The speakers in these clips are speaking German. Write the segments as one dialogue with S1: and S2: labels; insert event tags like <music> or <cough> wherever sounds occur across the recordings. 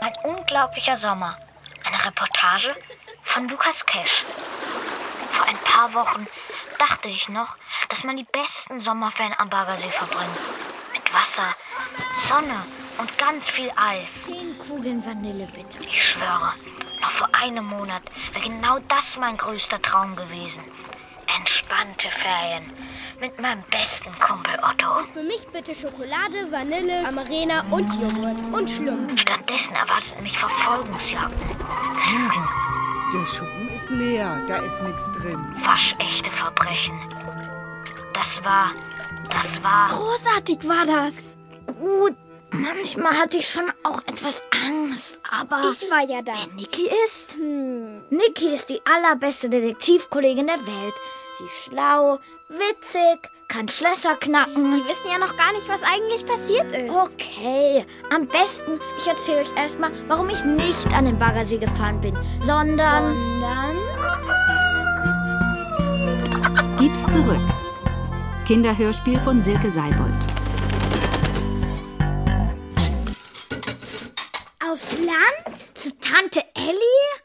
S1: Ein unglaublicher Sommer. Eine Reportage von Lukas Cash. Vor ein paar Wochen dachte ich noch, dass man die besten Sommerferien am Baggersee verbringt. Mit Wasser, Sonne und ganz viel Eis.
S2: Zehn Kugeln Vanille bitte.
S1: Ich schwöre, noch vor einem Monat wäre genau das mein größter Traum gewesen. Entspannte Ferien mit meinem besten Kumpel Otto.
S3: Für mich bitte Schokolade, Vanille, Amarena und Joghurt. Und Schlumpf.
S1: Stattdessen erwarteten mich Verfolgungsjagden, Lügen,
S4: Der Schuppen ist leer, da ist nichts drin.
S1: waschechte Verbrechen. Das war, das war.
S2: Großartig war das.
S1: Gut, manchmal hatte ich schon auch etwas Angst, aber.
S3: Ich war ja da.
S1: Wer Niki ist? Hm. Niki ist die allerbeste Detektivkollegin der Welt. Sie ist schlau, witzig, kann Schlösser knacken.
S2: Die wissen ja noch gar nicht, was eigentlich passiert ist.
S3: Oh,
S1: Okay, am besten, ich erzähle euch erstmal, warum ich nicht an den Baggersee gefahren bin, sondern.
S2: Sondern
S5: Gib's zurück. Kinderhörspiel von Silke Seibold.
S2: aufs Land?
S1: zu Tante Ellie?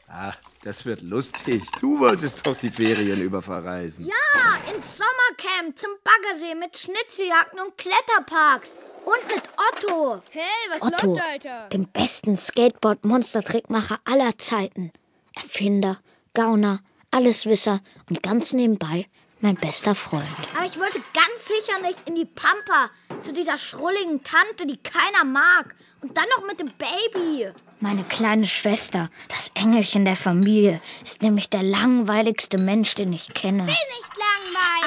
S6: Ach, Ah, das wird lustig. Du wolltest doch die Ferien über verreisen.
S1: Ja, ins Sommercamp zum Baggersee mit Schnitzeljagden und Kletterparks. Und mit Otto.
S3: Hey, was
S1: Otto.
S3: läuft, Alter?
S1: dem besten Skateboard-Monster-Trickmacher aller Zeiten. Erfinder, Gauner, Alleswisser und ganz nebenbei mein bester Freund. Aber ich wollte ganz sicher nicht in die Pampa zu dieser schrulligen Tante, die keiner mag. Und dann noch mit dem Baby. Meine kleine Schwester, das Engelchen der Familie, ist nämlich der langweiligste Mensch, den ich kenne.
S3: Nicht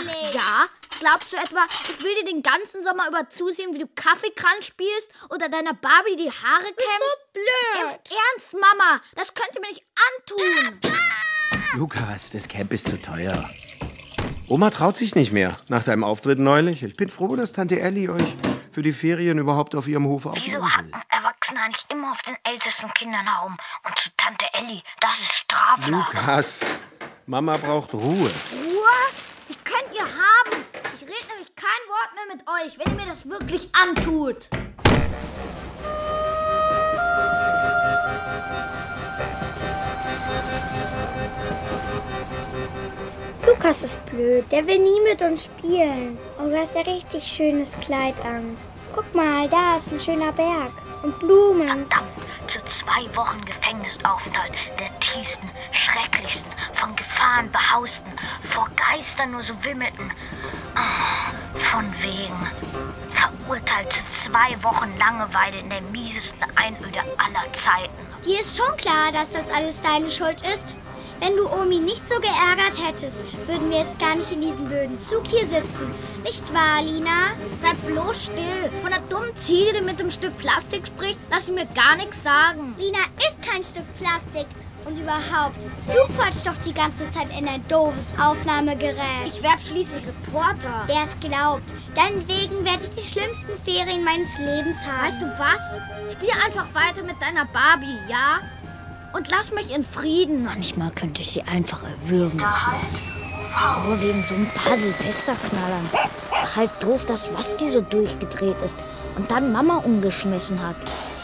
S3: langweilig.
S1: Ja? Glaubst du etwa, ich will dir den ganzen Sommer über zusehen, wie du Kaffeekranz spielst oder deiner Barbie die Haare kämmst? So blöd! Im Ernst, Mama, das könnt ihr mir nicht antun! <laughs>
S6: Lukas, das Camp ist zu teuer. Oma traut sich nicht mehr nach deinem Auftritt neulich. Ich bin froh, dass Tante Elli euch für die Ferien überhaupt auf ihrem Hof
S1: Wieso
S6: aufnehmen will.
S1: hacken Erwachsene eigentlich immer auf den ältesten Kindern herum? Und zu Tante Elli, das ist strafbar.
S6: Lukas, Mama braucht Ruhe.
S1: Ruhe? Die könnt ihr haben! Ich rede nämlich kein Wort mehr mit euch, wenn ihr mir das wirklich antut.
S3: Lukas ist blöd. Der will nie mit uns spielen. Oh, du hast ja richtig schönes Kleid an. Guck mal, da ist ein schöner Berg. Und Blumen.
S1: verdammt zu zwei Wochen Gefängnisaufenthalt der tiefsten, schrecklichsten, von Gefahren behausten, vor Geistern nur so wimmelten. Ah, von wegen. Verurteilt zu zwei Wochen Langeweile in der miesesten Einöde aller Zeiten.
S3: Ah, Dir ist schon klar, dass das alles deine Schuld ist. Wenn du Omi nicht so geärgert hättest, würden wir jetzt gar nicht in diesem blöden Zug hier sitzen. Nicht wahr, Lina?
S1: Sei bloß still. Von der dummen Ziege, die mit dem Stück Plastik spricht, lass sie mir gar nichts sagen.
S3: Lina ist kein Stück Plastik. Und überhaupt, du quatschst doch die ganze Zeit in ein doofes Aufnahmegerät.
S1: Ich werd schließlich Reporter.
S3: Wer es glaubt, dann wegen werde ich die schlimmsten Ferien meines Lebens haben.
S1: Weißt du was? Spiel einfach weiter mit deiner Barbie, ja? Und lass mich in Frieden. Manchmal könnte ich sie einfach erwürgen. Nur wegen so ein paar Silvesterknallern. War Halt doof, dass Wasti so durchgedreht ist und dann Mama umgeschmissen hat.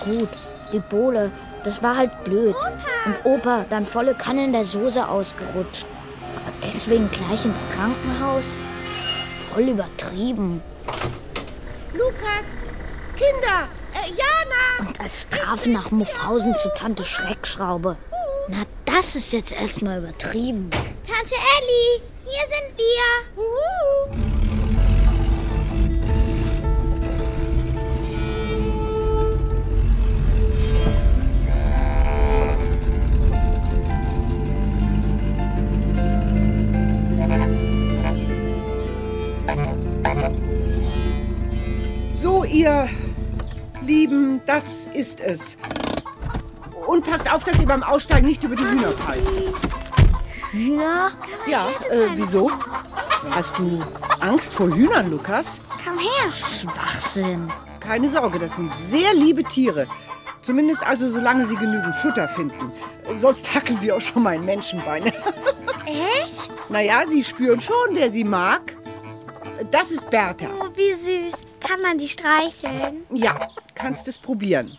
S1: Gut, die Bohle, das war halt blöd. Und Opa dann volle Kanne in der Soße ausgerutscht. Aber deswegen gleich ins Krankenhaus? Voll übertrieben.
S7: Lukas, Kinder, äh, Jana,
S1: Und als Strafe nach Muffhausen zu Tante Schreckschraube. Na, das ist jetzt erstmal übertrieben.
S3: Tante Elli, hier sind wir.
S4: So, ihr Lieben, das ist es. Und passt auf, dass ihr beim Aussteigen nicht über die Hühner fallt.
S1: Ja,
S4: Ja, äh, wieso? Hast du Angst vor Hühnern, Lukas?
S3: Komm her.
S1: Schwachsinn.
S4: Keine Sorge, das sind sehr liebe Tiere. Zumindest also, solange sie genügend Futter finden. Sonst hacken sie auch schon mal ein Menschenbein. <laughs>
S3: Echt?
S4: naja, sie spüren schon, wer sie mag. Das ist Bertha.
S3: Oh, wie süß. Kann man die streicheln?
S4: Ja, kannst es probieren.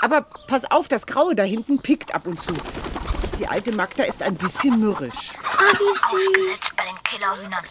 S4: Aber pass auf, das Graue da hinten pickt ab und zu. Die alte Magda ist ein bisschen mürrisch.
S1: Ausgesetzt bei den Killerhühnern.